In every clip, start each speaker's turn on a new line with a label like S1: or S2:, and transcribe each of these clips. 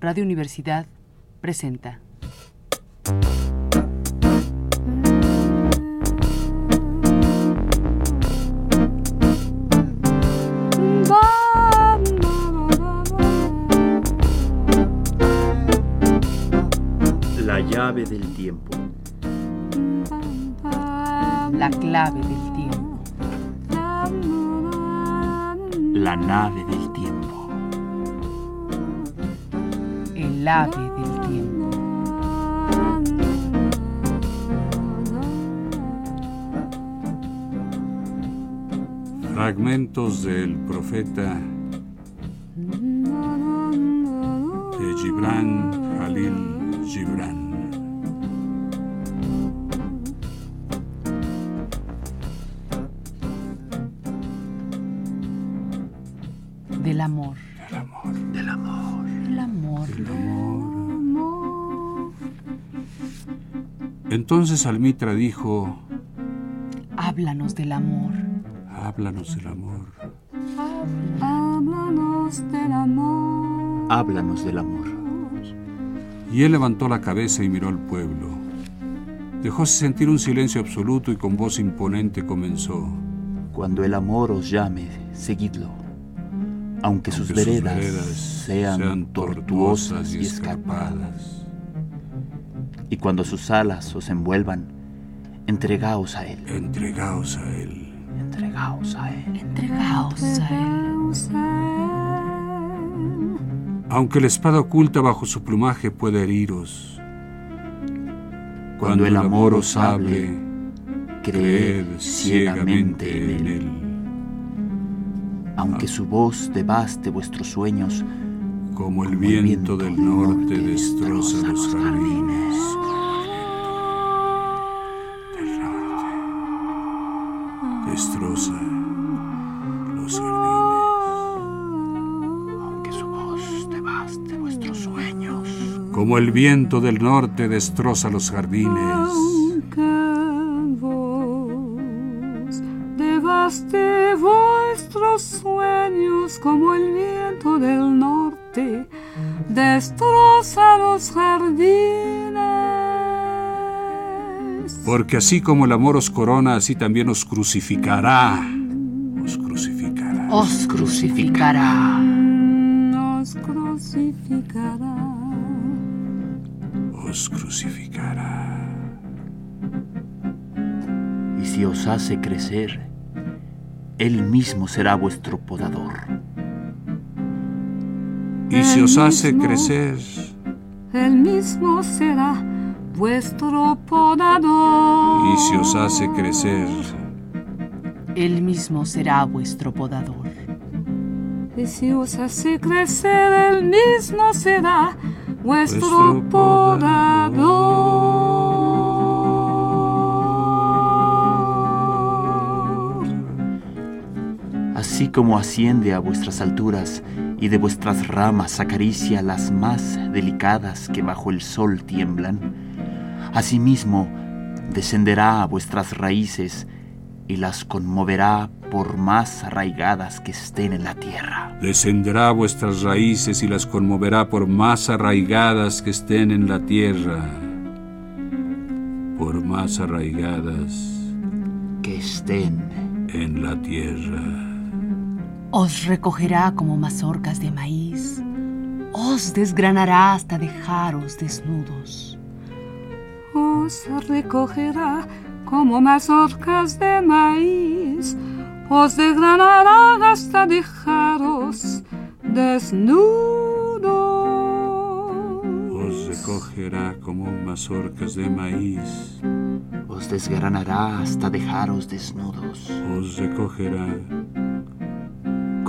S1: Radio Universidad presenta.
S2: La llave del tiempo.
S1: La clave del tiempo.
S2: La nave del tiempo.
S1: El ave del tiempo.
S3: Fragmentos del profeta de Gibran Jalil Gibran.
S1: Del amor.
S3: El amor,
S1: El amor.
S3: el amor. Entonces Almitra dijo,
S1: Háblanos del amor.
S3: háblanos del amor.
S2: Háblanos del amor.
S3: Y él levantó la cabeza y miró al pueblo. Dejóse sentir un silencio absoluto y con voz imponente comenzó.
S2: Cuando el amor os llame, seguidlo. Aunque sus
S3: que
S2: veredas, sean, tortuosas y escarpadas. Y cuando sus alas os envuelvan, entregaos a él.
S3: Entregaos a él.
S2: Entregaos a él.
S1: Entregaos a él.
S3: Aunque la espada oculta bajo su plumaje pueda heriros.
S2: Cuando, el amor os hable, creed ciegamente en él. Aunque su voz devaste vuestros sueños,
S3: Como el
S2: Como el
S3: viento
S2: viento
S3: del
S2: del
S3: norte
S2: norte
S3: destroza
S2: destroza
S3: los
S2: los
S3: jardines. Destroza los jardines.
S2: aunque su voz devaste vuestros sueños,
S3: Como el viento del norte destroza los jardines.
S4: Devaste vuestros sueños como el viento del norte, destroza los jardines.
S3: Porque así como el amor os corona, así también os crucificará. Os crucificará.
S1: Os crucificará.
S4: Nos crucificará.
S3: Os crucificará.
S2: y si os hace crecer, él mismo será vuestro podador.
S3: Y si os
S4: El
S3: hace
S4: mismo.
S3: crecer,
S4: El mismo será vuestro podador.
S3: y si os hace crecer,
S1: Él mismo será vuestro podador.
S4: Y si os hace crecer, el mismo será vuestro
S3: Vuestro
S4: podador.
S2: Así como asciende a vuestras alturas y de vuestras ramas acaricia las más delicadas que bajo el sol tiemblan, asimismo descenderá a vuestras raíces y las conmoverá por más arraigadas que estén en la tierra.
S3: descenderá a vuestras raíces y las conmoverá por más arraigadas que estén en la tierra. Por más arraigadas
S2: Que estén
S3: en la tierra.
S1: Os recogerá como mazorcas de maíz. Os desgranará hasta dejaros desnudos.
S4: Os recogerá como mazorcas de maíz, os desgranará hasta dejaros desnudos.
S3: Os recogerá como mazorcas de maíz.
S2: os desgranará hasta dejaros desnudos
S3: Os recogerá,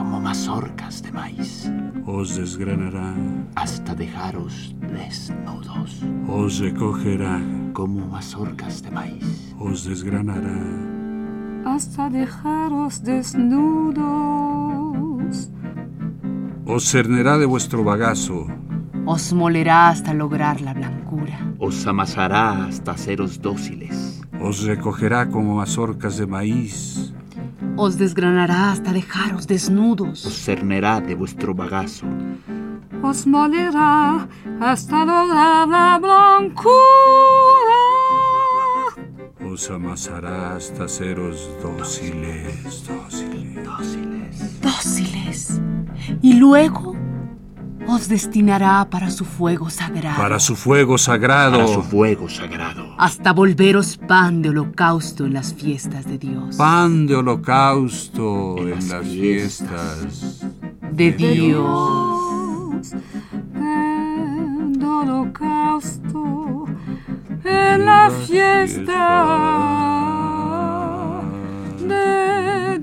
S2: como mazorcas de maíz,
S3: os desgranará,
S2: hasta dejaros desnudos
S3: os recogerá,
S2: como mazorcas de maíz.
S3: os desgranará.
S4: hasta dejaros desnudos.
S3: Os cernerá de vuestro bagazo,
S1: Os molerá hasta lograr la blancura.
S2: os amasará hasta haceros dóciles,
S3: os recogerá como mazorcas de maíz,
S1: Os desgranará hasta dejaros desnudos.
S2: os cernerá de vuestro bagazo,
S4: os molerá hasta lograr la blancura.
S3: Os amasará hasta seros dóciles, dóciles.
S1: dóciles, y luego os destinará para su fuego sagrado,
S3: Para su fuego sagrado.
S2: Para su fuego sagrado.
S1: hasta volveros pan de holocausto en las fiestas de Dios.
S3: Pan de holocausto en,
S2: En las
S3: las fiestas.
S1: de
S3: de Dios.
S1: Dios.
S4: En holocausto, en la fiesta de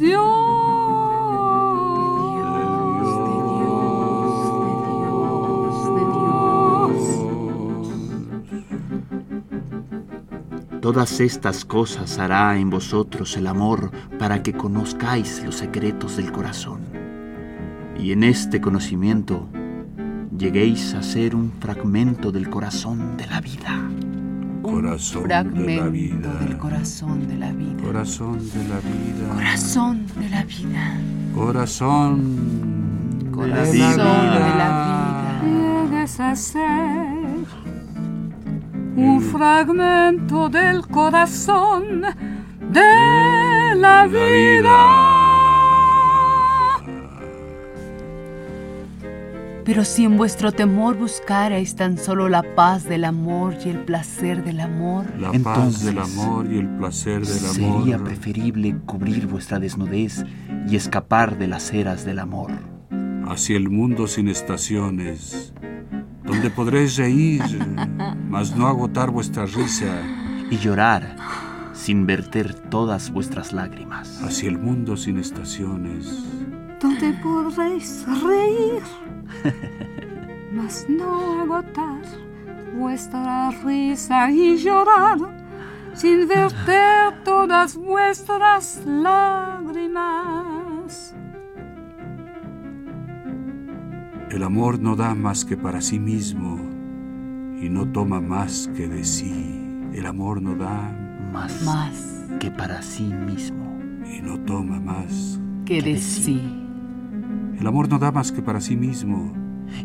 S4: Dios.
S2: Todas estas cosas hará en vosotros el amor para que conozcáis los secretos del corazón. Y en este conocimiento lleguéis a ser un fragmento del corazón de la vida.
S3: Corazón
S1: un
S3: de la
S1: fragmento
S3: vida.
S1: del corazón de la vida.
S3: Corazón de la vida.
S1: Corazón de la vida.
S3: Corazón.
S1: Corazón
S2: vida.
S1: de la vida.
S4: Llegues a ser
S2: Mm.
S4: un fragmento del corazón de la
S3: La
S4: vida.
S3: vida.
S1: Pero si en vuestro temor buscarais tan solo la paz del amor y el placer del amor,
S3: La paz
S2: Entonces,
S3: del amor y el placer del amor.
S2: Sería preferible cubrir vuestra desnudez y escapar de las eras del amor.
S3: hacia el mundo sin estaciones, donde podréis reír, mas no agotar vuestra risa,
S2: Y llorar sin verter todas vuestras lágrimas.
S3: hacia el mundo sin estaciones,
S4: donde podréis reír, mas no agotar vuestra risa y llorar sin verter todas vuestras lágrimas.
S3: el amor no da más que para sí mismo y no toma más que de sí. El amor no da
S2: Más,
S1: más
S2: que para sí mismo.
S3: y no toma más.
S1: que de
S2: de
S1: sí.
S3: El amor no da más que para sí mismo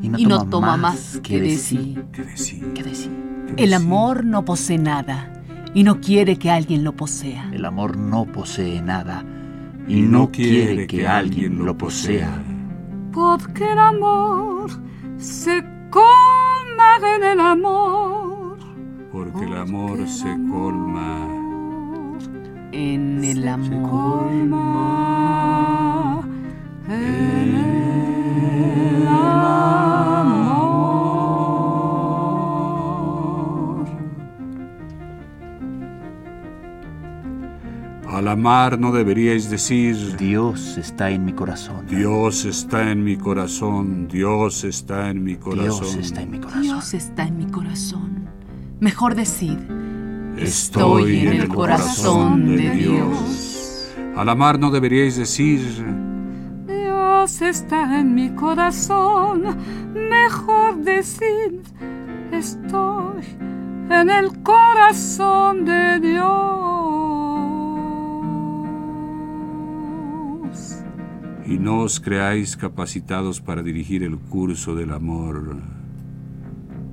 S2: Y no,
S1: Y no
S2: toma, más que de sí.
S3: que de sí.
S2: Que de sí.
S3: que de
S1: El
S3: sí.
S1: amor no posee nada y no quiere que alguien lo posea.
S2: El amor no posee nada y no quiere que alguien lo posea.
S4: porque el amor se colma en el amor.
S3: porque
S2: Oh,
S3: el amor se colma.
S1: En el amor.
S4: Colma en el amor.
S3: Al amar no deberíais decir,
S2: Dios está en mi corazón.
S3: Dios está en mi corazón, Dios está en mi
S2: Dios
S3: corazón.
S2: está en mi corazón.
S1: Dios está en mi corazón. Mejor decid,
S3: Estoy en el corazón de Dios. Al amar no deberíais decir,
S4: Dios está en mi corazón, mejor decir, estoy en el corazón de Dios.
S3: y no os creáis capacitados para dirigir el curso del amor.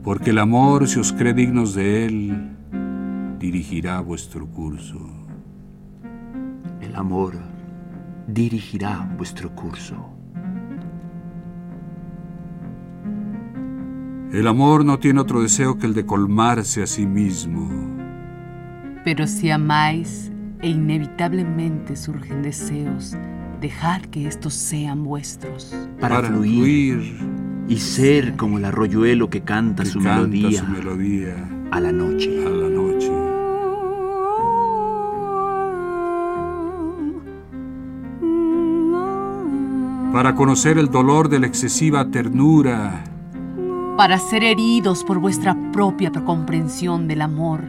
S3: Porque el amor, si os cree dignos de él, dirigirá vuestro curso.
S2: El amor dirigirá vuestro curso.
S3: El amor no tiene otro deseo que el de colmarse a sí mismo.
S1: pero si amáis e inevitablemente surgen deseos, dejad que estos sean vuestros.
S2: Para, fluir y ser como el arroyuelo que canta,
S3: que
S2: su,
S3: canta
S2: melodía
S3: su melodía
S2: a la
S3: a
S2: noche.
S3: la noche. Para conocer el dolor de la excesiva ternura,
S1: para ser heridos por vuestra propia comprensión del amor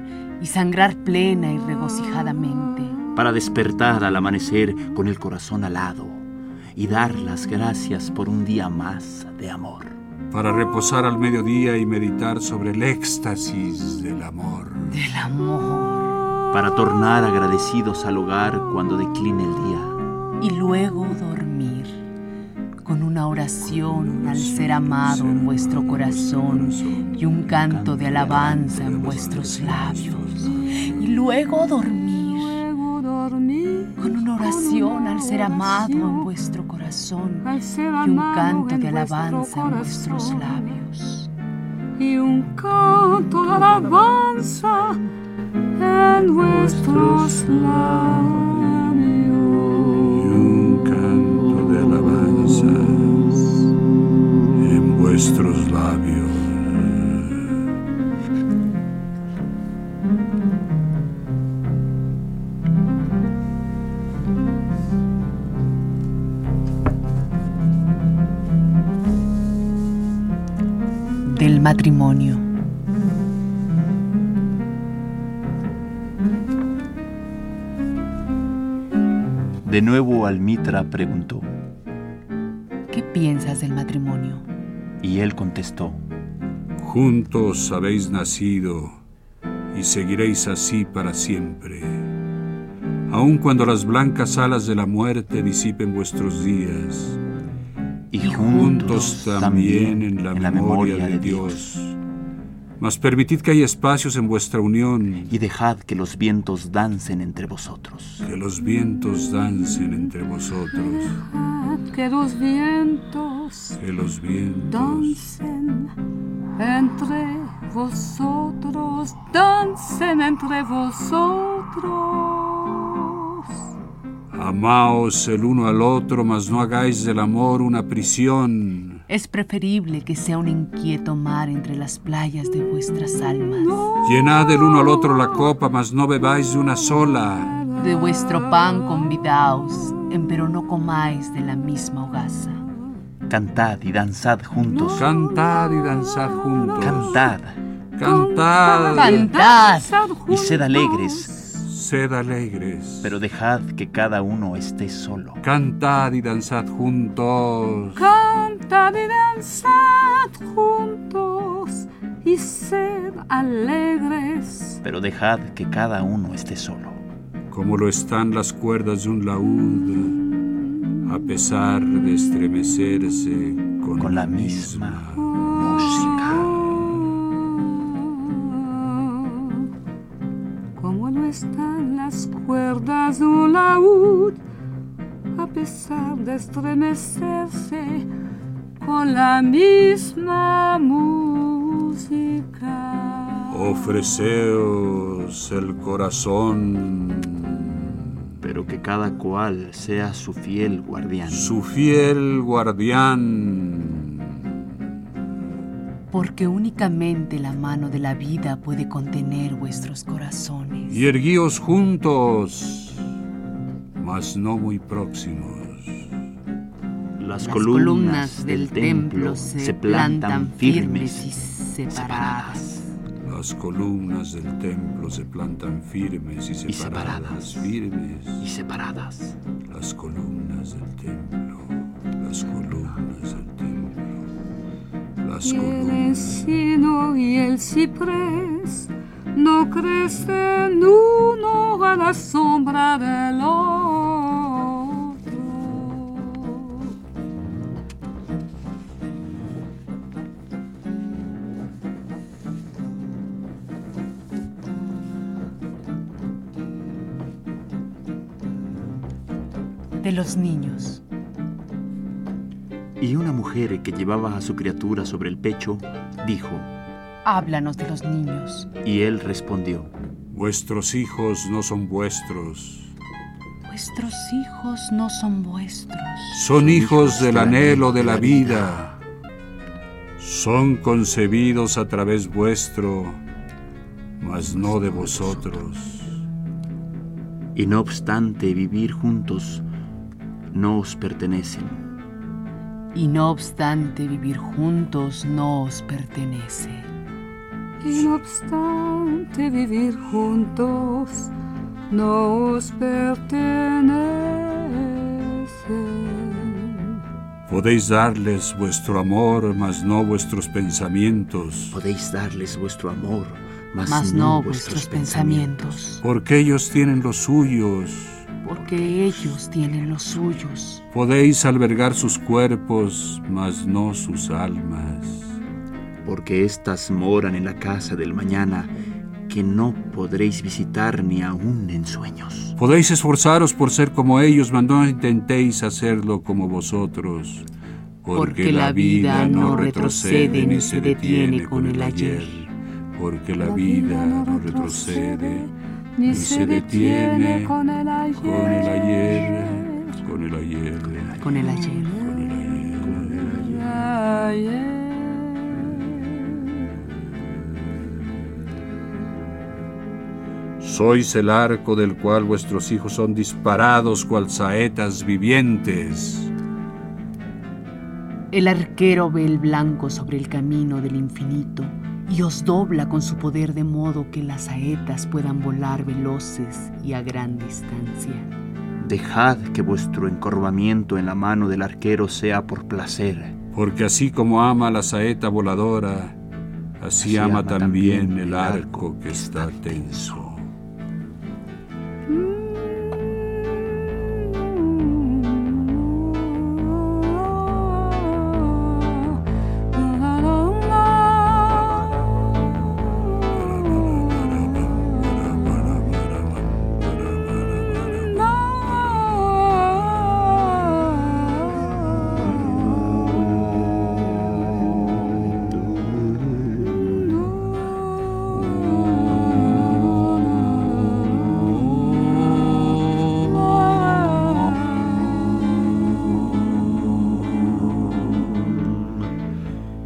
S1: y sangrar plena y regocijadamente.
S2: Para despertar al amanecer con el corazón alado y dar las gracias por un día más de amor.
S3: para reposar al mediodía y meditar sobre el éxtasis del amor,
S1: Del amor.
S2: Para tornar agradecidos al hogar cuando decline el día.
S1: Y luego dormir con una una oración al ser amado en vuestro corazón y un canto de alabanza en vuestros labios. Y luego dormir
S4: Luego dormir
S1: con una oración al ser amado en vuestro corazón
S4: al ser
S1: y un
S4: amado
S1: canto
S4: en
S1: de
S4: vuestro
S1: alabanza en vuestros
S4: corazón.
S1: labios.
S4: y un canto de alabanza en vuestros
S3: y
S4: labios.
S3: un canto de alabanza en vuestros labios.
S1: Del matrimonio.
S2: De nuevo Almitra preguntó,
S1: ¿Qué piensas del matrimonio?
S2: y él contestó,
S3: Juntos habéis nacido y seguiréis así para siempre. Aun cuando las blancas alas de la muerte disipen vuestros días,
S2: y
S3: juntos también en la, memoria, de Dios. Mas permitid que haya espacios en vuestra unión,
S2: y dejad que los vientos dancen entre vosotros.
S3: que los vientos dancen entre vosotros,
S4: Que los vientos
S3: que los vientos
S4: dancen entre vosotros, dancen entre vosotros.
S3: Amaos el uno al otro, mas no hagáis del amor una prisión.
S1: Es preferible que sea un inquieto mar entre las playas de vuestras almas,
S3: Llenad el uno al otro la copa, mas no bebáis de una sola.
S1: de vuestro pan convidaos, empero no comáis de la misma hogaza.
S2: Cantad y danzad juntos.
S3: Cantad y danzad juntos.
S2: Cantad
S3: Cantad.
S1: Cantad
S2: y sed alegres,
S3: Sed alegres.
S2: pero dejad que cada uno esté solo.
S3: Cantad y danzad juntos.
S4: Cantad y danzad juntos y sed alegres.
S2: Pero dejad que cada uno esté solo.
S3: Como lo están las cuerdas de un laúd, a pesar de estremecerse con,
S2: Con la misma
S4: Como no están las cuerdas de un laúd, a pesar de estremecerse con la misma música.
S3: Ofreceos el corazón,
S2: Pero que cada cual sea su fiel guardián.
S3: su fiel guardián.
S1: Porque únicamente la mano de la vida puede contener vuestros corazones.
S3: y erguíos juntos, mas no muy próximos.
S2: Las,
S1: Las
S2: columnas del templo se plantan
S1: y
S2: firmes.
S1: separadas.
S3: Las columnas del templo se plantan firmes y separadas,
S2: Y separadas.
S3: firmes.
S2: Y separadas.
S3: Las columnas del templo, las columnas del templo, las
S4: Y el
S3: columnas.
S4: encino y el ciprés no crecen uno a la sombra del otro.
S1: De los niños.
S2: Y una mujer que llevaba a su criatura sobre el pecho dijo,
S1: Háblanos de los niños.
S2: y él respondió,
S3: Vuestros hijos no son vuestros,
S1: Vuestros hijos no son vuestros.
S3: son hijos del anhelo de la vida. Son concebidos a través vuestro, mas no de vosotros.
S2: y no obstante vivir juntos, no os pertenecen.
S1: Y no obstante vivir juntos no os pertenece.
S4: Y no obstante vivir juntos no os pertenece.
S3: Podéis darles vuestro amor, mas no vuestros pensamientos,
S2: Podéis darles vuestro amor, mas,
S1: Mas
S2: no
S1: no vuestros pensamientos.
S3: porque ellos tienen los suyos
S1: porque ellos tienen los suyos.
S3: Podéis albergar sus cuerpos, mas no sus almas.
S2: porque éstas moran en la casa del mañana que no podréis visitar ni aún en sueños.
S3: Podéis esforzaros por ser como ellos, mas no intentéis hacerlo como vosotros,
S1: Porque la vida no retrocede ni se detiene con el ayer.
S3: Porque la vida no retrocede ni se detiene con el ayer, con el ayer,
S1: Con el ayer.
S3: con el ayer. Sois el arco del cual vuestros hijos son disparados cual saetas vivientes.
S1: El arquero ve el blanco sobre el camino del infinito y os dobla con su poder de modo que las saetas puedan volar veloces y a gran distancia.
S2: Dejad que vuestro encorvamiento en la mano del arquero sea por placer,
S3: Porque así como ama la saeta voladora,
S2: Así
S3: así, ama,
S2: ama
S3: también,
S2: también
S3: el
S2: el
S3: arco que está tenso.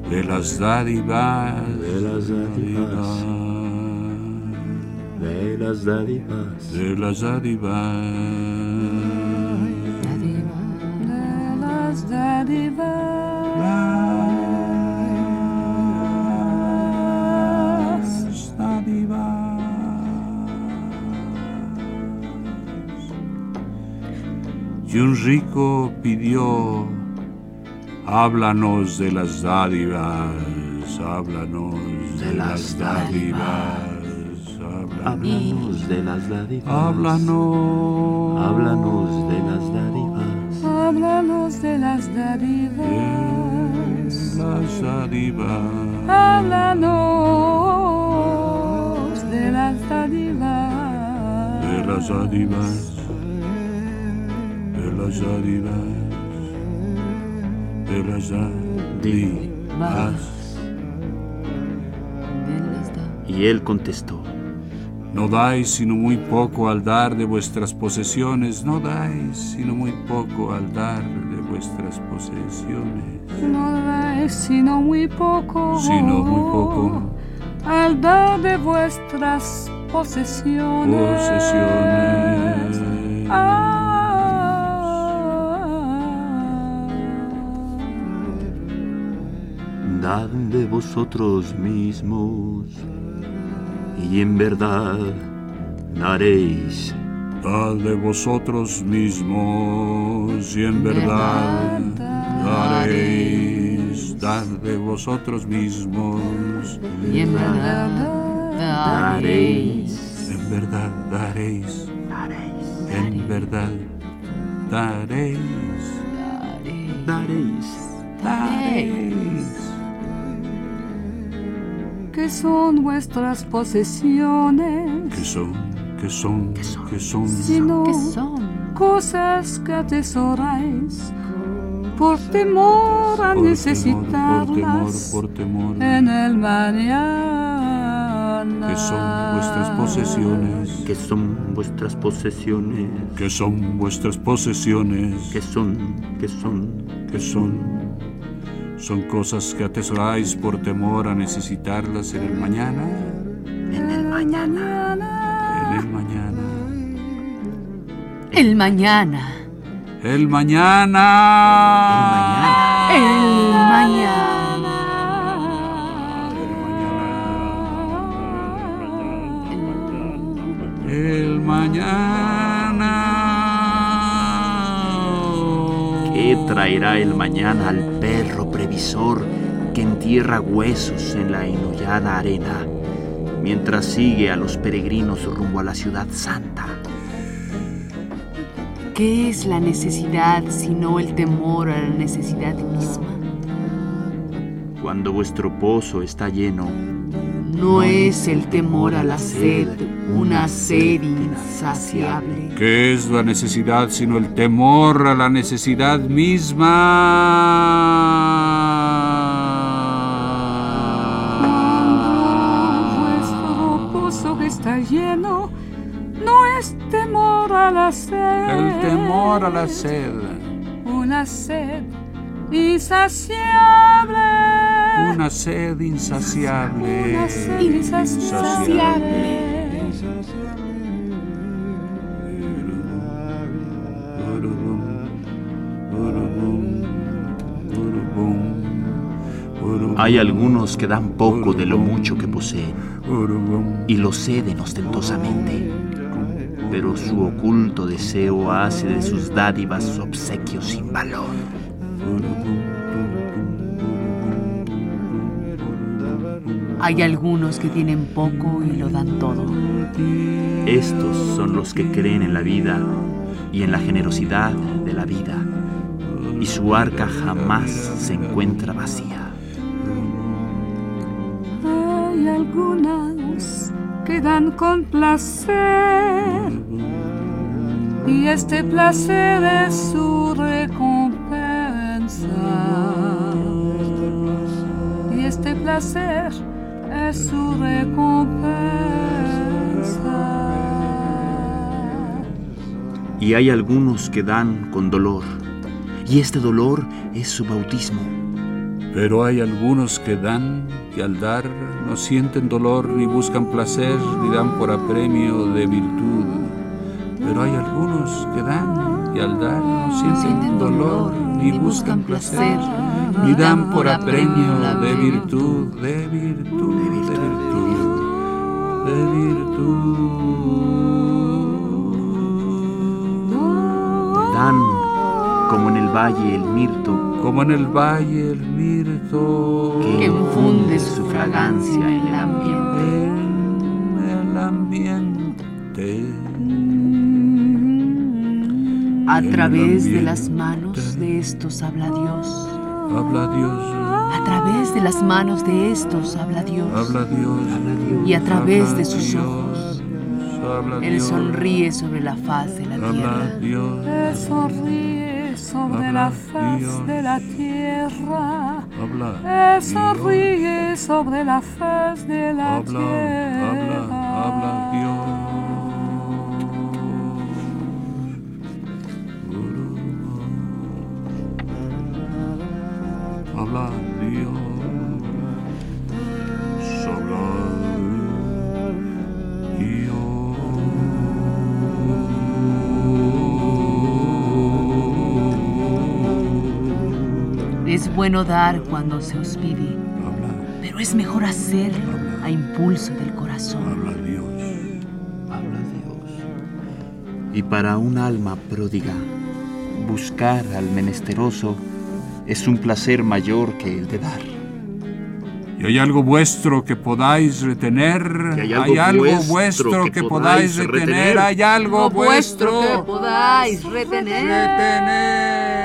S3: De las dádivas. De las dádivas.
S5: de las dádivas.
S3: De las dádivas. Las dádivas. Y un rico pidió, háblanos de las dádivas, háblanos de, las dádivas, háblanos,
S5: Háblanos de las dádivas.
S3: háblanos,
S5: Háblanos de las dádivas.
S4: Háblanos de las
S3: de
S4: dádivas.
S3: las dádivas.
S4: Háblanos de las dádivas.
S3: de las ánimas, de las ánimas, de las ánimas.
S2: y él contestó.
S3: No dais sino muy poco al dar de vuestras posesiones, no dais sino muy poco al dar de vuestras posesiones,
S4: No dais sino muy poco.
S3: sino muy poco
S4: Al dar de vuestras posesiones.
S3: posesiones.
S4: Ah.
S5: Dad de vosotros mismos. Y en verdad daréis.
S3: Dad de vosotros mismos y en verdad daréis. Dad de vosotros mismos,
S1: Y en verdad daréis.
S3: en verdad daréis. En verdad daréis. Daréis.
S4: que son vuestras posesiones,
S3: Que son, que son, que son.
S4: sino
S1: ¿Qué son?
S4: cosas que atesoráis por temor a
S3: Por temor,
S4: necesitarlas
S3: por temor, por
S4: en
S3: temor.
S4: el mañana.
S3: Que son vuestras posesiones.
S5: Que son vuestras posesiones.
S3: que son vuestras posesiones,
S5: Que son, que son,
S3: que son, son cosas que atesoráis por temor a necesitarlas en el mañana, en el mañana,
S1: El mañana.
S3: el mañana,
S1: El mañana.
S3: el mañana.
S2: ¿Qué traerá el mañana al perro previsor que entierra huesos en la enhollada arena mientras sigue a los peregrinos rumbo a la ciudad santa?
S1: ¿Qué es la necesidad sino el temor a la necesidad misma?
S2: Cuando vuestro pozo está lleno,
S1: No es el temor a la sed, una sed insaciable.
S3: ¿Qué es la necesidad sino el temor a la necesidad misma?
S4: Vuestro pozo está lleno, no es temor a la sed.
S3: El temor a la sed,
S4: Una sed insaciable.
S3: una sed insaciable.
S4: Una sed insaciable.
S2: hay algunos que dan poco de lo mucho que poseen y lo ceden ostentosamente, pero su oculto deseo hace de sus dádivas obsequios sin valor.
S1: Hay algunos que tienen poco y lo dan todo.
S2: Estos son los que creen en la vida y en la generosidad de la vida, y su arca jamás se encuentra vacía.
S4: Hay algunos que dan con placer y este placer es su recompensa. Y este placer es su recompensa.
S2: Y hay algunos que dan con dolor, y este dolor es su bautismo.
S3: Pero hay algunos que dan y al dar no sienten dolor ni buscan placer ni dan por apremio de virtud. Pero hay algunos que dan y al dar no sienten,
S1: Sienten
S3: dolor, ni buscan placer ni dan por apremio de virtud, de virtud, de virtud, de virtud.
S2: Dan, como en el valle el mirto,
S3: Como en el valle el mirto.
S1: Que infunde su fragancia en el ambiente.
S3: en el ambiente.
S1: A
S3: el
S1: través de
S3: ambiente.
S1: las manos de estos habla Dios.
S3: Habla Dios,
S1: A través de las manos de estos habla Dios.
S3: habla Dios.
S1: Y a través
S3: habla
S1: de sus
S3: Dios,
S1: ojos,
S3: habla
S1: Él
S3: Dios,
S1: sonríe sobre la faz de la
S3: Habla
S1: tierra.
S3: Dios,
S4: Él sonríe sobre
S3: Habla
S4: la faz
S3: Dios.
S4: de la tierra.
S3: habla.
S4: Él sonríe sobre la faz de la
S3: Habla,
S4: tierra.
S3: habla, habla Dios. Habla Dios. Habla Dios.
S1: Es bueno dar cuando se os pide,
S3: Habla,
S1: pero es mejor hacerlo a impulso del corazón.
S3: habla Dios.
S2: Habla Dios. Y para un alma pródiga, buscar al menesteroso es un placer mayor que el de dar.
S3: Y hay algo vuestro que podáis retener.
S2: Que
S3: hay algo, vuestro, que, podáis retener. Hay algo vuestro que
S1: podáis retener.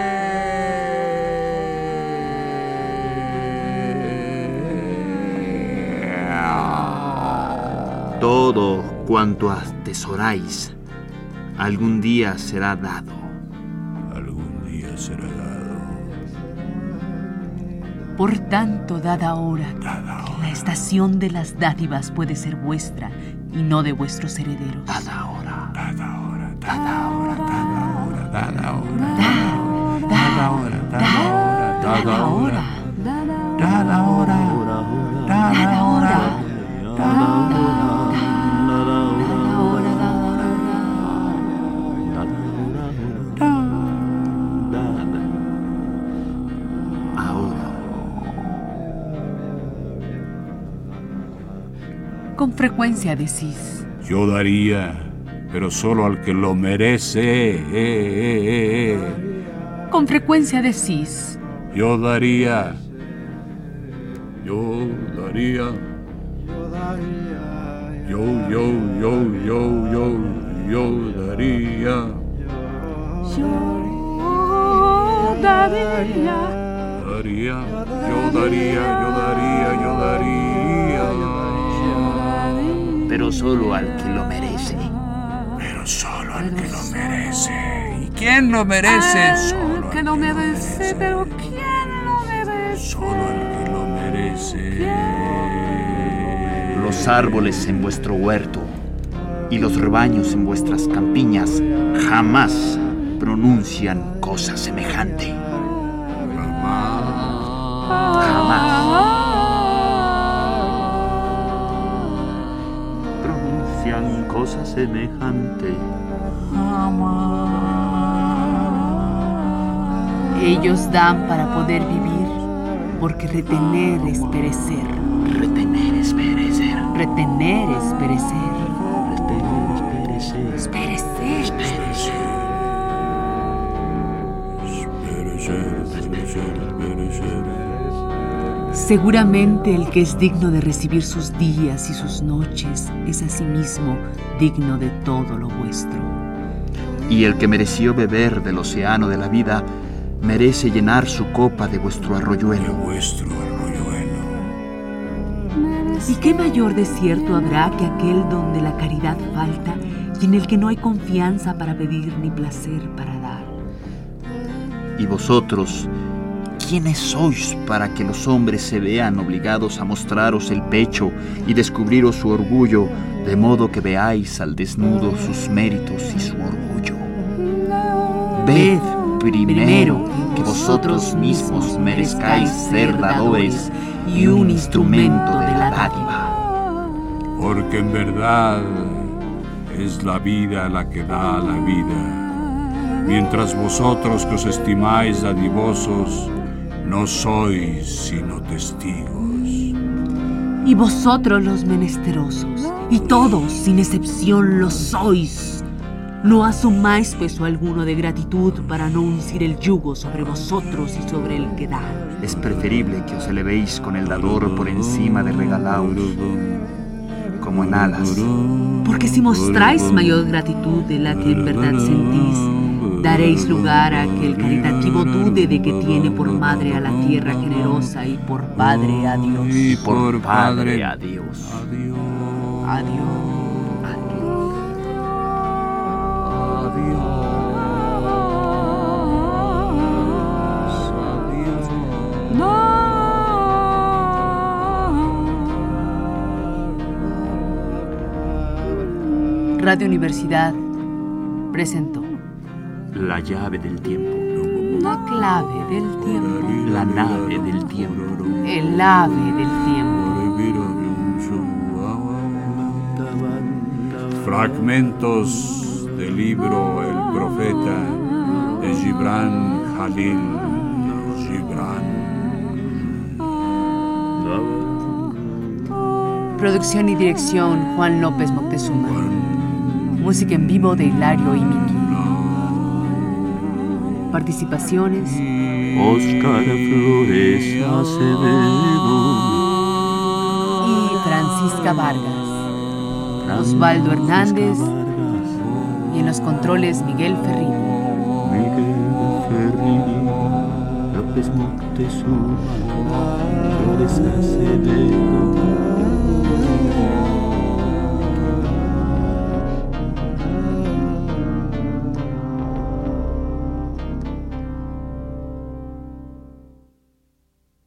S3: retener.
S2: Todo cuanto atesoráis algún día será dado.
S3: Algún día será dado.
S1: Por tanto, dad ahora. que La estación de las dádivas puede ser vuestra y no de vuestros herederos.
S2: Dad ahora.
S3: Dad ahora, dad ahora, dad ahora, dad ahora, dad
S1: Dad,
S3: ahora, dad ahora,
S1: ahora.
S3: dad ahora, dad ahora, dad
S1: Dad ahora.
S3: ahora.
S1: Ahora, dad ahora.
S2: Ahora.
S1: Con frecuencia decís,
S3: Yo daría, pero solo al que lo merece. Eh, eh, eh, eh.
S1: con frecuencia decís,
S3: Yo daría. Yo daría. Yo, yo, yo, yo, yo, yo daría.
S4: yo daría.
S3: Daría, yo daría, yo daría, yo daría.
S2: pero solo al que lo merece.
S3: Pero solo al que lo merece. ¿Y quién lo merece? Solo
S4: Al Ah, que lo merece, pero ¿quién lo merece?
S3: Solo al que lo merece.
S2: Los árboles en vuestro huerto y los rebaños en vuestras campiñas jamás pronuncian cosa semejante. Jamás
S5: pronuncian cosa semejante.
S1: Ellos dan para poder vivir, porque retener es perecer.
S2: retener es perecer.
S1: Retener es perecer.
S5: Retener es perecer.
S1: Es perecer. Seguramente el que es digno de recibir sus días y sus noches es asimismo digno de todo lo vuestro.
S2: Y el que mereció beber del océano de la vida merece llenar su copa de vuestro arroyuelo.
S3: Vuestro arroyuelo.
S1: ¿Y qué mayor desierto habrá que aquel donde la caridad falta y en el que no hay confianza para pedir ni placer para dar?
S2: Y vosotros, ¿quiénes sois para que los hombres se vean obligados a mostraros el pecho y descubriros su orgullo, de modo que veáis al desnudo sus méritos y su orgullo? Ved primero que vosotros mismos merezcáis ser dadores y un instrumento de la dádiva.
S3: Porque en verdad es la vida la que da la vida. Mientras vosotros que os estimáis dadivosos, no sois sino testigos.
S1: Y vosotros los menesterosos, y todos sin excepción lo sois. No asumáis peso alguno de gratitud para no uncir el yugo sobre vosotros y sobre el que da.
S2: Es preferible que os elevéis con el dador por encima de regalaos, como en alas.
S1: Porque si mostráis mayor gratitud de la que en verdad sentís, daréis lugar a que el caritativo dude de que tiene por madre a la tierra generosa y por padre a
S3: Y
S1: Dios.
S2: Por Padre,
S3: a
S2: adiós.
S3: Dios.
S1: A Dios. Radio Universidad presentó
S2: La llave del tiempo.
S1: la clave del tiempo,
S2: La nave del tiempo.
S1: el ave del tiempo.
S3: Fragmentos del libro El Profeta de Gibran Jalil Gibran.
S1: Producción y dirección Juan López Moctezuma. Música en vivo de Hilario y Miki. Participaciones
S5: Oscar Flores Acevedo.
S1: y Francisca Vargas. Osvaldo Hernández y en los controles Miguel Ferrín.
S5: Miguel Ferri, López Moctezuma,